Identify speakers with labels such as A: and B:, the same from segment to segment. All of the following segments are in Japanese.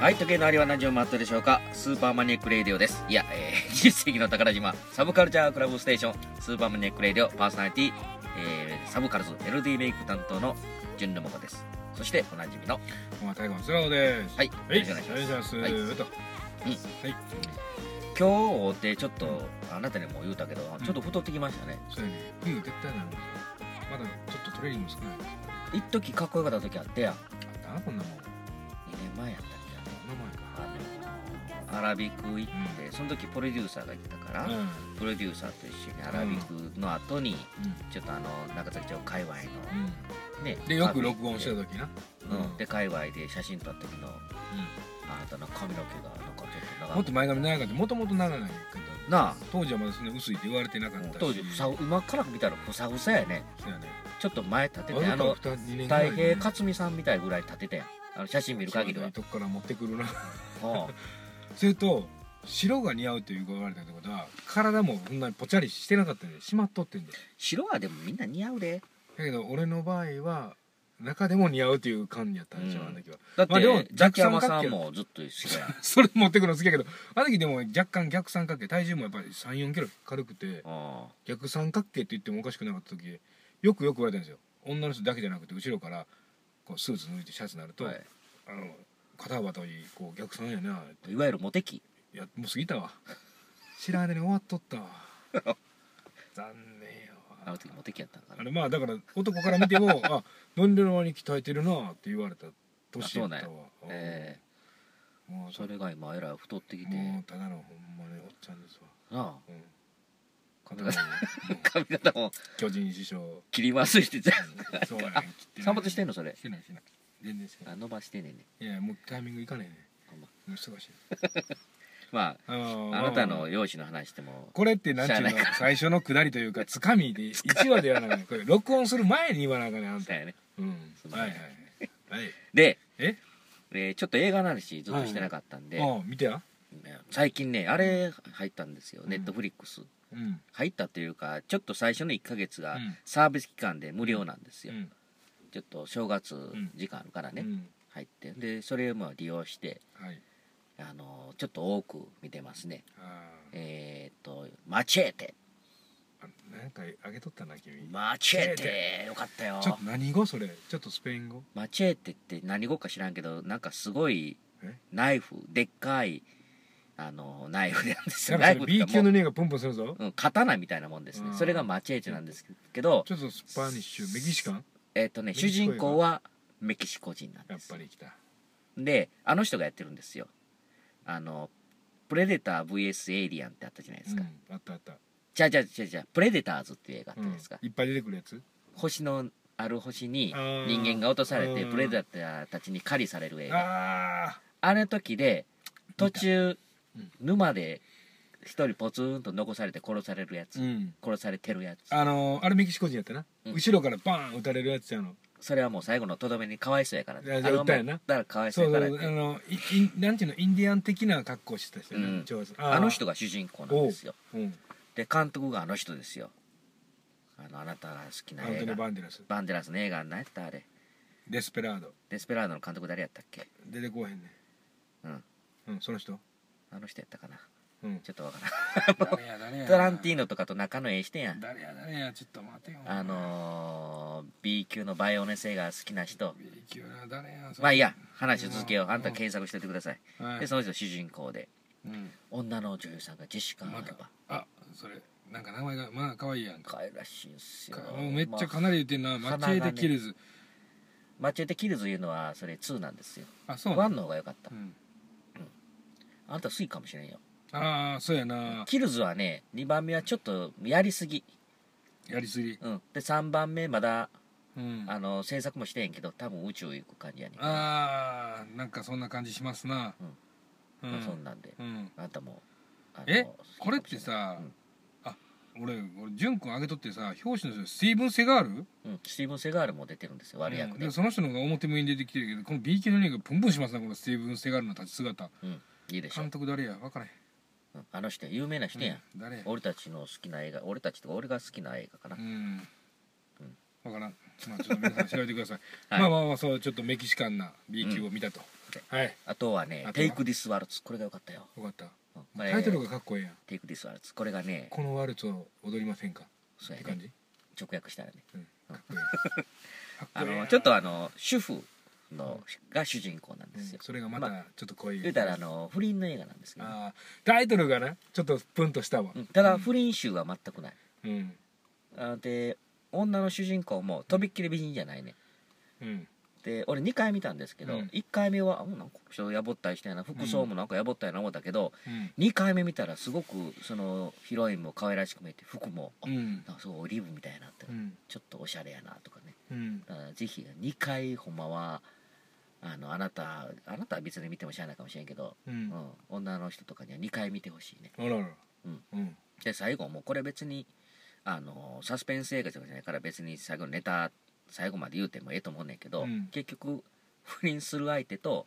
A: はい、時計の針は何時を回ったでしょうかスーパーマニアックレイディオです。いや、えー、20世 紀の宝島、サブカルチャークラブステーション、スーパーマニアックレイディオパーソナリティ、えー、サブカルズ LD メイク担当の純ルモコです。そして、おなじみの、
B: 細かいこの素顔です。
A: はい、
B: はい、
A: よろしくお願
B: お願
A: い
B: い
A: し
B: し
A: ま。
B: ますす。
A: はい、
B: とはい。
A: 今日ってちょっと、あなたにも言うたけど、ちょっと太ってきましたね。
B: そうやね。冬絶対なる。まだちょっとトレーニング少ない。
A: 一時かっこよかった時あってやん。2
B: あったなこんなもん。こ
A: 年前やったっ
B: んなもんや
A: けあの、アラビック行って、その時プロデューサーが行ったから、
B: か。うん。
A: プロデューサーと一緒にアラビックの後に、ちょっとあの中崎町界隈
B: う
A: の
B: ん。
A: ね
B: でよく録音して
A: る
B: た時な。
A: うん、で界隈で写真撮った時のあなたの髪の毛がなんかちょっと長
B: もっと前髪長かった。もともと長いけど。
A: なあ
B: 当時はまだそんな薄いって言われてなかったし。
A: 当時ふさふ今から見たらふさふさやね
B: そうやね。
A: ちょっと前立て
B: わ
A: て
B: ず
A: あ
B: か
A: の
B: 二二年ぐらい
A: 太
B: ね
A: 平克美さんみたいぐらい立ててんあの写真見る限りは
B: 知らないとこから持ってくるな。
A: うん
B: それと白が似合うっていうかわれたってことは体もそんなにぽちゃりしてなかったんでしまっとってんで
A: 白はでもみんな似合うで
B: だけど俺の場合は中でも似合うっていう感じやったんでしょ、
A: うん
B: あの時は
A: だって、
B: まあでも
A: ザキヤマさんもずっと一緒やん
B: それ持ってくるの好きやけどあの時でも若干逆三角形体重もやっぱり3 4キロ軽くて
A: うん
B: 逆三角形って言ってもおかしくなかった時よくよく言われたんですよ女の人だけじゃなくて後ろからこうスーツ脱いてシャツになると、
A: はい
B: あの肩幅といいこう逆三やない
A: わゆるモテ期
B: いやもう過ぎたわ知らん間に終わっとった わ残念
A: あ
B: やわ
A: の時モテ期やったんか
B: あ
A: な
B: れまあだから男から見 てもあ飲んでる間に鍛えてるなって言われた年やったわ
A: あそ
B: うん
A: え
B: も
A: え
B: う
A: それが今えらい太ってきて
B: もう
A: な
B: ただのほんまにおっちゃんですわ、
A: あ
B: うん、
A: ごめ
B: 肩
A: ん
B: も
A: なさ髪型も
B: 巨人師 匠
A: 切りますしてじゃ
B: そうやね切ってない
A: 散髪してんのそれ
B: してないしてない全然してな
A: あ伸ばしてねんね
B: いいやもうタイミングいかねえね
A: ほんま
B: もう忙しい
A: ま
B: あの
A: ああなたの容姿の話でも
B: これってなんていうの
A: しゃあない
B: 最初のくだりというかつかみで1話でやらないこれ録音する前に言わなあかんねあん
A: そ
B: た
A: うやね
B: うん
A: すま
B: はい
A: な
B: はいいはい
A: で
B: え
A: えーちょっと映画の話ずっとしてなかったんで、
B: ああ見てや
A: ね最近ねあれ入ったんですよ、
B: うん
A: ネットフリックス
B: うん
A: 入ったというかちょっと最初の1ヶ月
B: う
A: が
B: ん
A: サービス期間で無料なんです
B: う
A: よ、
B: ん
A: ちょっと正月
B: ん
A: 時間あるからね、
B: うん
A: 入ってでそれも利用して
B: はい
A: あのーちょっと多く見てますね
B: あ
A: えーっと「マチェーテ」
B: ああなんかあげとったな君
A: 「
B: ち
A: マチェーテ」よかったよ
B: ょっと何語それちょっとスペイン語
A: マチェーテって何語か知らんけどなんかすごい
B: え
A: ナイフでっかいあのナイフなんです
B: な
A: よナ
B: んかそ
A: イフ
B: れ B
A: って
B: 級
A: も
B: の
A: う、
B: 匂いがポンポンするぞ
A: うん、刀みたいなもんですね
B: うん
A: それがマチェーテなんですけど
B: ちょっとスパニッシュメキシカン
A: えっ、とね
B: メ
A: 主
B: キシコ
A: 人公はメキシコ人なんで
B: やっ
A: す
B: ぱり来た
A: であの人がやってるんですよあのプレデター VS エイリアンってあったじゃないですか、
B: うんあったあった
A: じゃあじゃあじゃあじゃあプレデターズっていう映画あったじ
B: う
A: ゃ
B: ん
A: ないですか、
B: いっぱい出てくるやつ
A: 星のある星に
B: あー
A: 人間が落とされて
B: うん
A: プレデターたちに狩りされる映画
B: ああ
A: あの時で途中
B: うん
A: 沼で一人ポツンと残されて殺されるやつ、
B: うん
A: 殺されてるやつ
B: あのーあれメキシコ人やったな
A: うん
B: 後ろからバーン撃たれるやつやの
A: それはもう最後のとどめにかわいそうやから
B: いや
A: あれはもう
B: 訴えな
A: だからかわいそ
B: そうう
A: や
B: そう
A: からっ
B: あ
A: て
B: のいいなんていうのインディアン的な格好してた人やな
A: うん
B: 上手
A: あの人
B: が
A: が主人公なんですよ
B: うん
A: で監督があの人ですよあのあなたが好きな
B: アン
A: 映
B: トニオ・
A: 画
B: バンデラス
A: バンデラスの映画何やったあれ
B: デスペラード
A: デスペラードの監督誰やったっけ
B: 出てこうへんね
A: うん
B: うんその人
A: あの人やったかな
B: うん
A: ちょっとわか
B: 誰や誰
A: らん
B: や
A: トランティーノとかと仲のええしてんやん
B: 誰や誰やちょっと待てよ
A: あのー、B 級のバイオネス映画好きな人
B: B 級な誰や
A: まあいいや話を続けようあんた検索しててください
B: は
A: で
B: い
A: その人主人公で
B: うん
A: 女の女優さんがジェシカ・アル
B: ま
A: バ
B: たあそれなんか名前がまあ可愛いやんか
A: 可愛らしいんすよ
B: かもうめっちゃかなり言ってんな
A: まあ
B: マチェーテ・キルズ
A: マチェテ・キルズいうのはそれ2なんですよ
B: あそう
A: 1
B: なの
A: の方が良かった
B: うん
A: あんた3かもしれんよ
B: ああそうやな
A: キルズはね2番目はちょっとやりすぎ
B: やりすぎ
A: うんで3番目まだ
B: うん
A: あの制作もしてへんけど多分宇宙行く感じやねんけど
B: あーなんかそんな感じしますなう
A: まあそん
B: ん、
A: なんで
B: うん、
A: あんたもあの
B: え
A: 好きかもし
B: これってさ、あ俺俺淳君あげとってさ表紙の人スティーブン・セガール
A: れないうん、スティーブン・セガールも出てるんですよ悪
B: う
A: 役
B: ん
A: で、
B: でもその人の方が表向きに出てきてるけどこの B 級の匂いがプンプンしますなこのスティーブン・セガールの立ち姿
A: うん、いいでしょ
B: 監督誰や分からへん
A: うんあの人有名な人やん、
B: うん誰や
A: 俺たちの好きな映画俺たちとか俺が好きな映画かな、
B: うん分からんまあちょっと皆さん調べてください、
A: はい
B: まあまあまあそうちょっとメキシカンな B 級を見たと、
A: って
B: はい
A: あとはね「
B: あとは
A: Take This Waltz」これが良かったよ
B: よかった
A: うんこれ
B: タイトルがかっこいいやん
A: 「Take This Waltz」これがね
B: このワルツを踊りませんか
A: そうや
B: って
A: ね
B: 感じ
A: 直訳したらね
B: うんかっこいいかっこ
A: あ
B: いいやん
A: のちょっとあの主婦のが主人公なん
B: う
A: で
B: ん
A: すよ、
B: それがまたちょっとこういう
A: 言うたらあの不倫の映画なんですけどね、
B: あータイトルがねちょっとプンとしたわ
A: うんただ不倫集は全くない
B: うん
A: あので女の主人公もとびっきり美人じゃないね
B: うん
A: で俺2回見たんですけど、
B: うん
A: 1回目はあなんかこの人やぼったりしたよな服装もなんかやぼったいな思ったけど、
B: うん
A: 2回目見たらすごくそのヒロインも可愛らしく見えて服も、あ
B: うん
A: なんかすごいオリーブみたいなって、
B: うん
A: ちょっとおしゃれやなとかね
B: うん
A: だからぜひ2回ほんまはあのあなたあなたは別に見てもしゃあないかもしれんけど、
B: う
A: うんん女の人とかには2回見てほしいね
B: あらら
A: うん
B: うん
A: で最後もうこれ別にあのサスペンス映画じゃないから別に最後のネタ最後まで言うてもええと思うねんけど、
B: うん
A: 結局不倫する相手と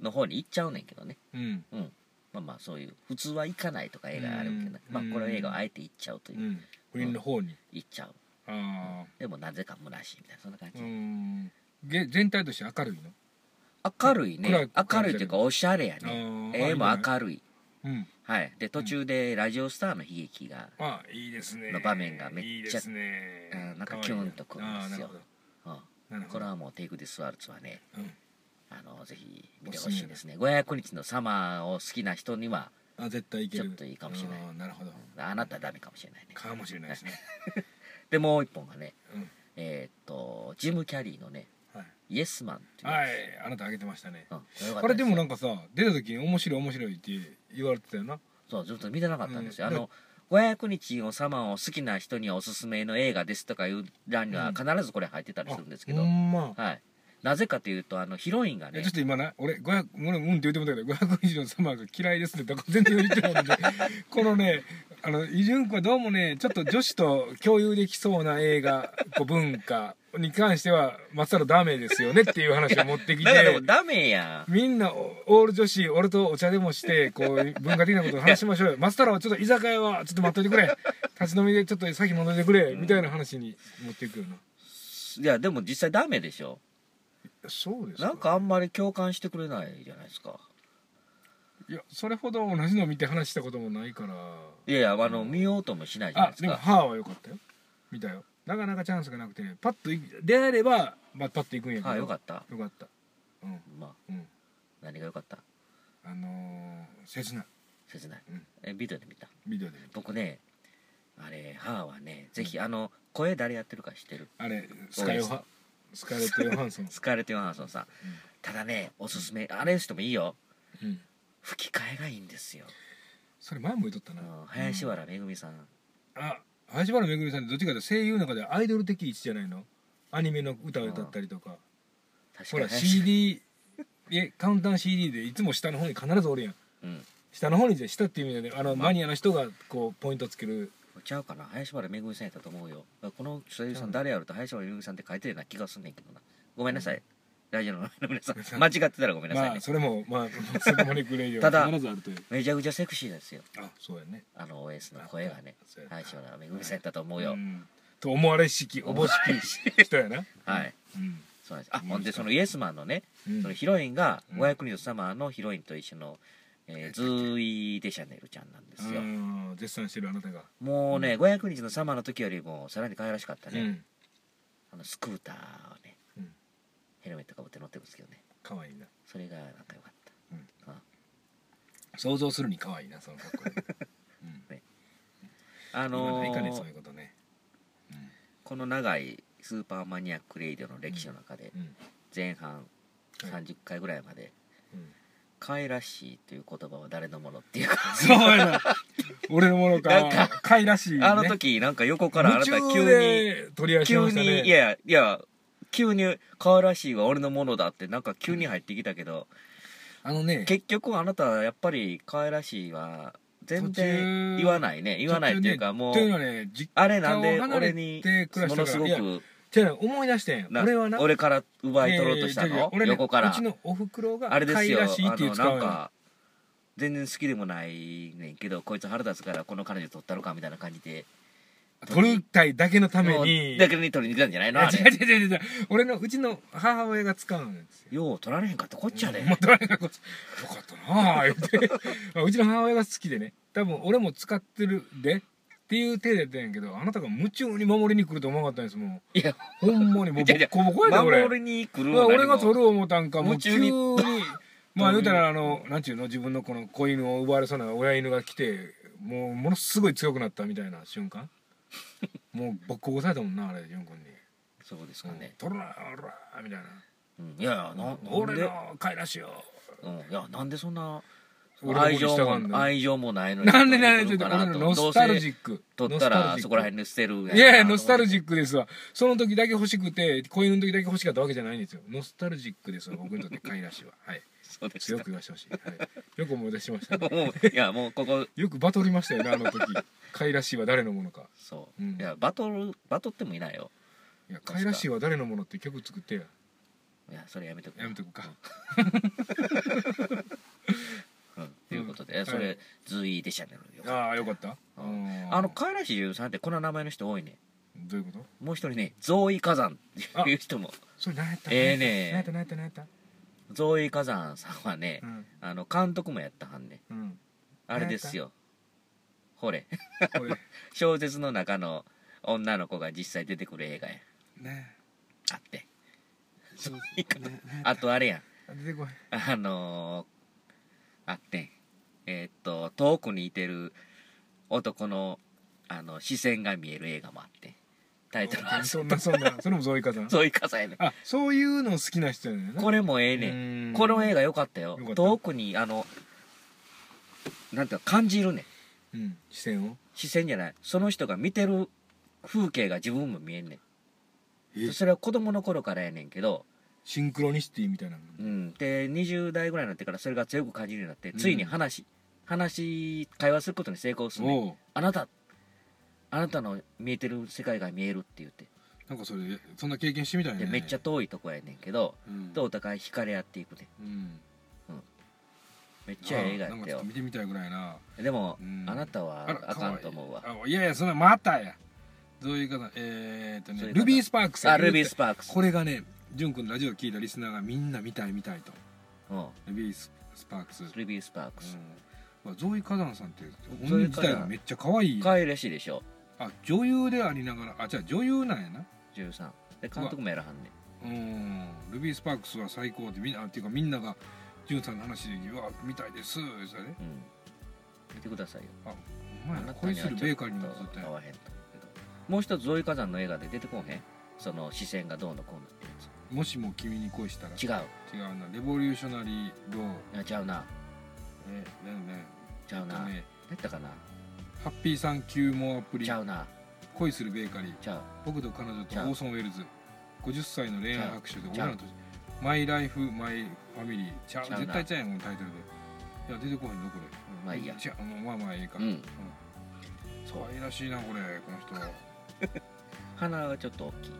A: の方に行っちゃうねんけどね
B: うん
A: うんまあまあそういう普通は行かないとか映画あるけどね、
B: うん
A: まあこれは映画はあえて行っちゃうというう、
B: ん不倫の方に
A: 行っちゃう
B: あ
A: でもなぜか虚しいみたいなそんな感
B: あ
A: じ、
B: うんげ全体として明るいの
A: 明るい
B: 暗い
A: ね
B: 暗
A: 明
B: い
A: るいというかおしゃれや
B: あ
A: ね
B: ー
A: 絵も
B: あいいね
A: 明るい
B: うん
A: はいで途中でラジオスターの悲劇が、
B: あいいですね
A: の場面がめっちゃ
B: いいですね
A: うんなんかキュンとくるんですようん
B: あーなるほ
A: こ
B: ど
A: れ
B: なる
A: はもう「テイク・ディス・ワルツ」はね
B: ほどうん
A: あのぜひ見てほしいですね500日のサマーを好きな人には
B: あ絶対いける
A: ちょっといいかもしれない
B: あーなるほど
A: あなたはダメかもしれないね
B: かもしれないですね
A: でもう一本がね
B: うん
A: えーっとジム・キャリーのね
B: はい
A: 「イエスマン」っていう
B: は
A: や
B: いあなたあげてましたね
A: つ、うんこれ良かった
B: あれでもなんんかさ出た時に面白い面白いって言われてたよな
A: そうずっと見てなかったんですよ、
B: うん
A: あの500日をサマーを好きな人にはおすすめの映画ですとかいう欄には必ずこれ入ってたりするんですけど、
B: あほんま
A: はいなぜかというとあのヒロインが
B: いや
A: ね
B: ちょっと今な俺500俺うんって言ってもだけど500以上のサマーが嫌いですってどこ全然言ってもんで このねあの伊集院君はどうもねちょっと女子と共有できそうな映画こう文化に関してはまさらダメですよねっていう話を持ってきて
A: だからでもダメやん
B: みんなおオール女子俺とお茶でもしてこう文化的なことを話しましょうよ松太郎ちょっと居酒屋はちょっと待っといてくれ立ち飲みでちょっと先飲んでてくれ、みたいな話に持っていくよない
A: やでも実際ダメでしょ
B: そうで
A: なんかあんまり共感してくれないじゃないですか
B: いやそれほど同じの見て話したこともないから
A: いやいやあの、見ようともしないじゃない
B: あ
A: です
B: でも「
A: か
B: は」は良かったよ見たよなかなかチャンスがなくてねパッとい出会えれば、まあ、パッと行くんやけど
A: はいよか
B: っ
A: った
B: よかったうん
A: まあ
B: うん
A: 何がよかった
B: あのー、切ない、
A: 切ない
B: うん、
A: えビデオで見た
B: ビデオで見た
A: 僕ねあれ母はねぜひあの声誰やってるか知ってる
B: あれスカヨハスカレット・ヨハン ソン
A: スカーレット・ヨハンソンさんただねおすすめあれしてもいいよ
B: うん、うん
A: 吹き替えがいいんですよ
B: それ前も言っとった
A: あ
B: な
A: の林原めぐみさん
B: あ林原めぐみさんってどっちかというと声優の中でアイドル的位置じゃないのアニメの歌を歌ったりとか
A: 確
B: ほ
A: からに
B: CD えカウンター CD でいつも下の方に必ずおるやん
A: うん
B: 下の方にじゃ下っていう意味でねあの
A: まあ
B: マニアの人がこうポイントつける
A: ちゃうかな林原めぐみさんやったと思うよこの声優さん誰やると林原めぐみさんって書いてるような気がすんねんけどなごめんなさいラジオの前の皆さん間違ってたらごめんなさい
B: ま
A: ね
B: あそれもまあそこまでくれるよ
A: ただ
B: 必ずあるという
A: めちゃくちゃセクシーですよ
B: あそうやね
A: あの OS の声がね
B: そうやった
A: 林原めぐみさんやったと思うよ、
B: んと思われしきおぼしき人やな
A: はい
B: うん
A: そうなんですあ
B: うん
A: ほんでそのイエスマンのね、
B: うん
A: そのヒロインが
B: うん
A: 500人のサマーのヒロインと一緒の、えーズーイ・デシャネルちゃんなんですよ、
B: うん絶賛してるあなたが
A: もうね500日のサマーの時よりもさらに可愛らしかったね、
B: うん
A: あのスクーターをね
B: うん
A: ヘルメットかぶって乗ってるんですけどね
B: 可愛いな
A: それがなんか良かった、
B: うん
A: あ
B: 想像するに可愛いなその格 好でうん
A: あのー
B: 今ないかねそういうことね
A: この長いスーパーマニアック・レイディオの歴史の中で
B: うんうん
A: 前半
B: はい
A: 30回ぐらいまで
B: うん
A: 「可愛らしい」という言葉は誰のものっていうか
B: そうやな俺のも
A: な
B: の
A: ん
B: か
A: か
B: 貝らしいね
A: あの時なんか横からあなた
B: 夢中
A: 急に
B: で取り合いしてま
A: 急
B: した
A: に
B: ね
A: いやいや急に「可愛らしいは俺のものだ」ってなんか急に入ってきたけど
B: あのね
A: 結局あなたはやっぱり「可愛らしい」は全
B: 途中
A: 然言わないね言わないっていうかも
B: というの
A: う
B: はね実
A: あれなんで
B: 顔離れ
A: 俺
B: て
A: に
B: 暮
A: も
B: らした
A: の
B: から
A: すご
B: いや
A: く
B: じゃあ思い出してん
A: な
B: 俺はな
A: 俺から奪い取ろうとした
B: えー違う違う
A: の
B: 俺ね
A: 横から
B: うちのお袋が
A: あれですよ、
B: 貝らしいっ
A: あ
B: ていう
A: の、
B: 使
A: な
B: うんよ
A: か、全然好きでもないねんけど、こいつ腹立つからこの彼女取ったろかみたいな感じで、
B: 撮るたいだけのために
A: だけに取りに来たんじゃない
B: い
A: の
B: や
A: あ
B: 違
A: れ
B: う違う違う違う俺のうちの母親が使うんですよ
A: よう取られへんかったこっちゃで、
B: もう取られなかったよかったなあ言って まあうちの母親が好きでね多分俺も使ってるでっていう手でやったんやけどあなたが夢中に守りに来ると思わなかったんですもん
A: いや
B: ほんまにも
A: い
B: う
A: やいや
B: ボッコボコやで俺
A: 守りに来る
B: うわ俺が
A: 取
B: 取る思ったんかもう
A: 夢
B: 急
A: 中
B: に
A: に
B: まあ言うたらあのなんちゅうの自分のこの子犬を奪われそうな親犬が来てもうものすごい強くなったみたいな 瞬間もうボッコボコされたもんなあれ純君に
A: そうです
B: 「う
A: か
B: ん
A: ね、
B: 取るなおら」みたいな
A: うん、いやいやななん
B: 「
A: で
B: 俺の飼いらしよ
A: うん、いやなんでそんな
B: 俺の
A: 愛情
B: こと従うんだ
A: も愛情もないのに
B: なんでなんでちょっと
A: 取
B: 俺
A: られ
B: の
A: るの
B: ノ
A: かなと
B: スタルジック
A: どうせ取ったらそこら
B: へん
A: 辺に捨てる
B: いやいやノスタル
A: ジ
B: ジックですわその時だけ欲しくて子犬の時だけ欲しかったわけじゃないんですよノスタルジックですわ僕にとって飼いらしははい
A: そうです
B: 強く
A: か
B: 言わせてほしい、はい、よく思い出しました、ね、
A: もういやもうここ
B: よくバトりましたよねあの時飼いらしいは誰のものか
A: そう、
B: うん
A: いやバトルバトってもいないよ
B: いや飼いらしいは誰のものって曲作ってや
A: いやそれやめとく
B: やめとこうか
A: うん、ということで、
B: うん
A: それ、
B: はい
A: 随意でしたねよかっ
B: ああよかった
A: う
B: うん
A: たあの飼いらしい13ってこの名前の人多いね
B: どういうこと
A: もう一人ねゾーイ火山っていう人も
B: それ何やった
A: ええ
B: 何やった
A: ね
B: 何やった何やった
A: ゾーイ火山さんはね、
B: うん
A: あの監督もやったはんね
B: うん
A: あれですよほれ
B: これ
A: 小説の中の女の子が実際出てくる映画や
B: ね
A: あって
B: そうね
A: あとあれやん
B: 出てこい
A: あのー、あってんえーっと遠くにいてる男のあの視線が見える映画もあってタイトルは
B: そんなそんなそれもゾイカさん
A: そういう火災ね
B: あそういうの好きな人やねんな
A: これもええねん
B: ね
A: この映画良かったよ
B: 良かった
A: 遠くにあのなんていうか感じるねん
B: うん視線を
A: 視線じゃないその人が見てる風景が自分も見えんね
B: え
A: んそれは子供の頃からやねんけど、
B: シンクロニシティみたいな
A: うん、で20代ぐらいになってからそれが強く感じるようになって、ついに話し話し会話することに成功するねん
B: おう
A: あなたあなたの見えてる世界が見えるって言って
B: なんかそれそんな経験してみたい
A: で
B: ね
A: めっちゃ遠いとこやねんけど、
B: うん
A: でお互い惹かれ合っていくね
B: うん
A: めっちゃええ映画や
B: あ
A: っ
B: なんか
A: た
B: ちょ
A: よ
B: っと見てみたいぐらいな
A: でも、
B: うん
A: あなたは
B: ら
A: あかん
B: わいい
A: と思うわ
B: あいやいやそんなまたやどういう方えー、っと
A: そうい
B: ね
A: う方
B: ルビースパークさん
A: あルビースパークス
B: これがねジュン君のラジオ聞いたリスナーがみんな見たい見たいと
A: うん
B: ルビースパークス、うん
A: ルビースパークス
B: まあ、ゾーイ・カダンさんって
A: ゾー
B: 女
A: イ
B: 自体がめっちゃ可愛い
A: 可愛いらしいでしょ
B: あ女優でありながらあじゃあ女優なんやな
A: 13で監督もやらはんねん
B: うんルビー・スパークスは最高でみんなあっていうかみんながジュンさんの話で「うわ見たいです」って言ってたね
A: うん見てくださいよ
B: お前ら恋するベーカリーにもずっと
A: 合
B: や
A: わへんともう一つゾイ火山の映画で出てこんへんその視線がどうのこうのってや
B: もしも君に恋したら
A: つ違う
B: 違うなレボリューショナリードー
A: いやちゃうな
B: えだよね
A: ちゃう
B: あと
A: な、
B: ね
A: 出たかな
B: ハッピーサンキューモアプリ
A: ちゃうな
B: 恋するベーカリー
A: ちゃう
B: 僕と彼女と
A: ち
B: オ
A: ゃう
B: ーソン・ウェルズ50歳の恋愛白書で俺
A: ちゃ
B: ら
A: う
B: の年マイライフマイファミリーちゃう
A: ちゃうな
B: 絶対ちゃうやんこのタイトルでいや出てこへんのこれ
A: うんまあいいや
B: ちゃうまあまあいいか
A: うん、
B: 可愛らしいなこれこの人はい
A: 鼻がちょっと大きい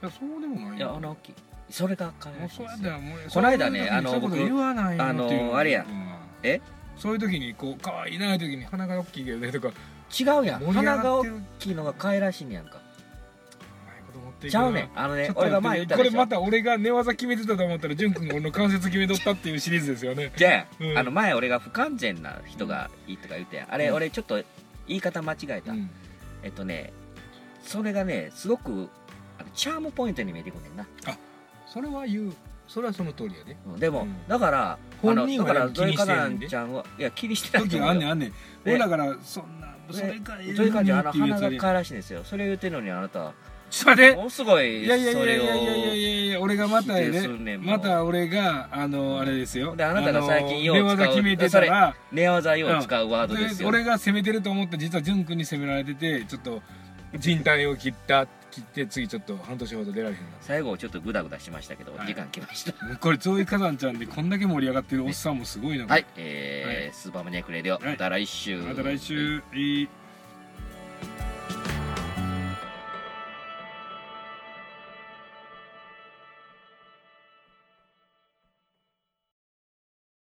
B: やそうでもないよ
A: いや鼻大きいそれが可愛
B: も
A: いう
B: そうやったらもう
A: こないだね
B: そういう時に
A: あの
B: そういうこと
A: 僕
B: 言わないよ
A: あの
B: っていう
A: あれやえ
B: そういう時にこう可愛いないう時に鼻が大きいけどねとか
A: 違うやん鼻が大きいのが可愛らしいねやんかちゃうねんあのね
B: ちょっと
A: 俺が前言った
B: こ
A: で
B: れ
A: しょ
B: また俺が寝技決めてたと思ったら潤くんが俺の関節決めとったっていうシリーズですよね
A: じゃあ、
B: うん
A: あの前俺が不完全な人がいいとか言ってあれ
B: うん
A: 俺ちょっと言い方間違えた、
B: うん
A: えっとねそれがねすごくあのチャームポイントに見えてくんねんな
B: それは言うそれはその通りやね
A: うんでも、
B: うん
A: だから
B: 本人は
A: あのだから
B: でも気
A: ゾ
B: に
A: イ
B: し
A: カ
B: てんね
A: ナ
B: ん
A: ン
B: で
A: ちゃんはいや気にしてないと
B: 時
A: 思
B: があ
A: うんよ
B: ねんあんねん俺だからそんなそれかええ
A: ゾイカナンちゃんあ
B: の
A: の
B: にっていう
A: 鼻
B: やつや
A: が
B: で
A: 可愛らしいんですよそれ言うてんのにあなた
B: ちょっと待って
A: ものすごい
B: いやいやい
A: そ
B: や
A: れ
B: い
A: を
B: やいやいやいや俺がまた
A: 否定す
B: ね
A: るねもう
B: また俺があのあれですよ
A: であなたが最近よう
B: あの寝技
A: 使う
B: 決めてたら
A: 寝技用使うワードです
B: で
A: よ、
B: 俺が攻めてると思った実は潤君に攻められててちょっと人体を切った切って次ちょっと半年ほど出られへんな
A: 最後ちょっとグダグダしましたけど、
B: はい
A: 時間きました
B: これゾウイ火山ちゃんでこんだけ盛り上がってるおっさんもすごいなこれ
A: はい、えースーパーマニアックレディオ
B: はい
A: また来週
B: また来週いい